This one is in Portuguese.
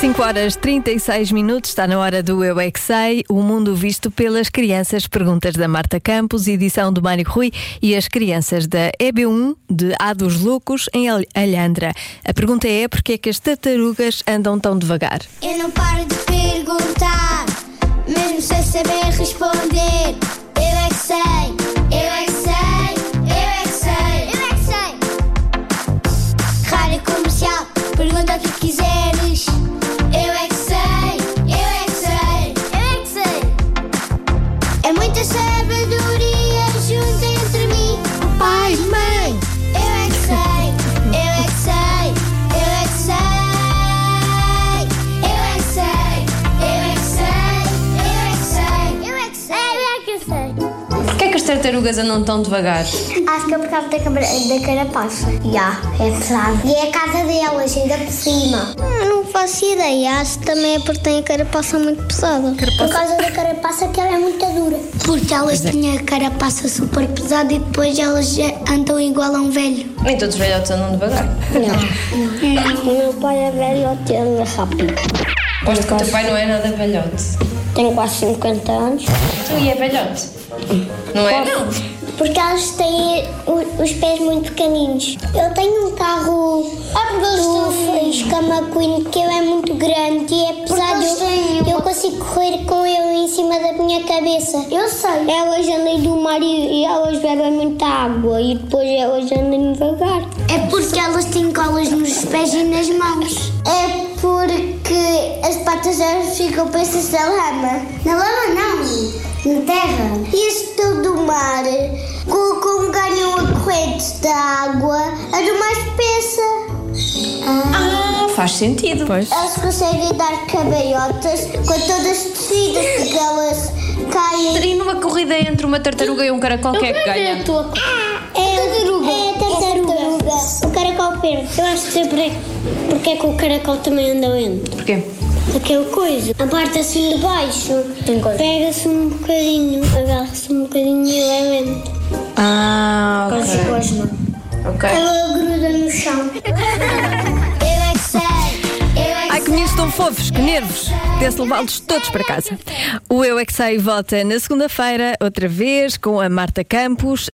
5 horas 36 minutos, está na hora do Eu é que Sei, o mundo visto pelas crianças. Perguntas da Marta Campos, edição do Mário Rui e as crianças da EB1 de A dos Loucos em Al- Alhandra. A pergunta é: porquê é que as tartarugas andam tão devagar? Eu não paro de perguntar, mesmo sem saber responder. Eu é que sei, eu é que sei, eu é que sei, eu é que sei. Rádio comercial, pergunta o que quiseres. Eu é que sei, eu é que sei, eu é que sei. É muita sabedoria junta e entre mim, o pai e mãe. Eu é que sei, eu é que sei, eu é que sei. Eu é que sei, eu é que sei, eu é que sei, eu é que sei, eu é que sei. Porquê é que as tartarugas andam tão devagar? Acho que é por causa da, cabra, da carapaça. Já, é pesado. E é a casa delas, ainda por cima. Ah, não faço ideia. Acho que também é porque tem a carapaça muito pesada. Por causa da carapaça que ela é muito dura. Porque elas tinham a carapaça super pesada e depois elas já andam igual a um velho. Nem todos os velhotes andam devagar. Não. O meu pai é velho e ele é rápido. Aposto que o teu pai não é nada velhote. Tem quase 50 anos. Tu e é velhote? Não é? Não. Porque elas têm o- os pés muito pequeninos. Eu tenho um carro do Fusca McQueen que ele é muito grande e é pesado. Eu, eu consigo correr com ele em cima da minha cabeça. Eu sei. Elas andam do mar e, elas bebem muita água e depois elas andam devagar. É porque elas têm colas nos pés e nas mãos. É porque as patas delas ficam presas na lama. Na lama não na terra. Isto do mar, um co- como ganham a corrente da água, a do mais espessa. Ah, faz sentido. Pois. Elas conseguem dar cabeiotas com todas tecidas porque elas caem. E numa corrida entre uma tartaruga e um caracol, quem é que ganha? tua é, tartaruga. É a tartaruga. O caracol perde. Eu acho que sempre porque é que o caracol também anda lento. Porquê? Aquela coisa. A parte assim de baixo. Pega-se um bocadinho, agarra-se um bocadinho e é lento. Ah, ok. gosma. Ok. Ela gruda no chão. Eu é que sei, eu é Ai, que meninos tão fofos, que nervos! Desse levá-los todos para casa. O Eu é que Sei volta na segunda-feira, outra vez, com a Marta Campos.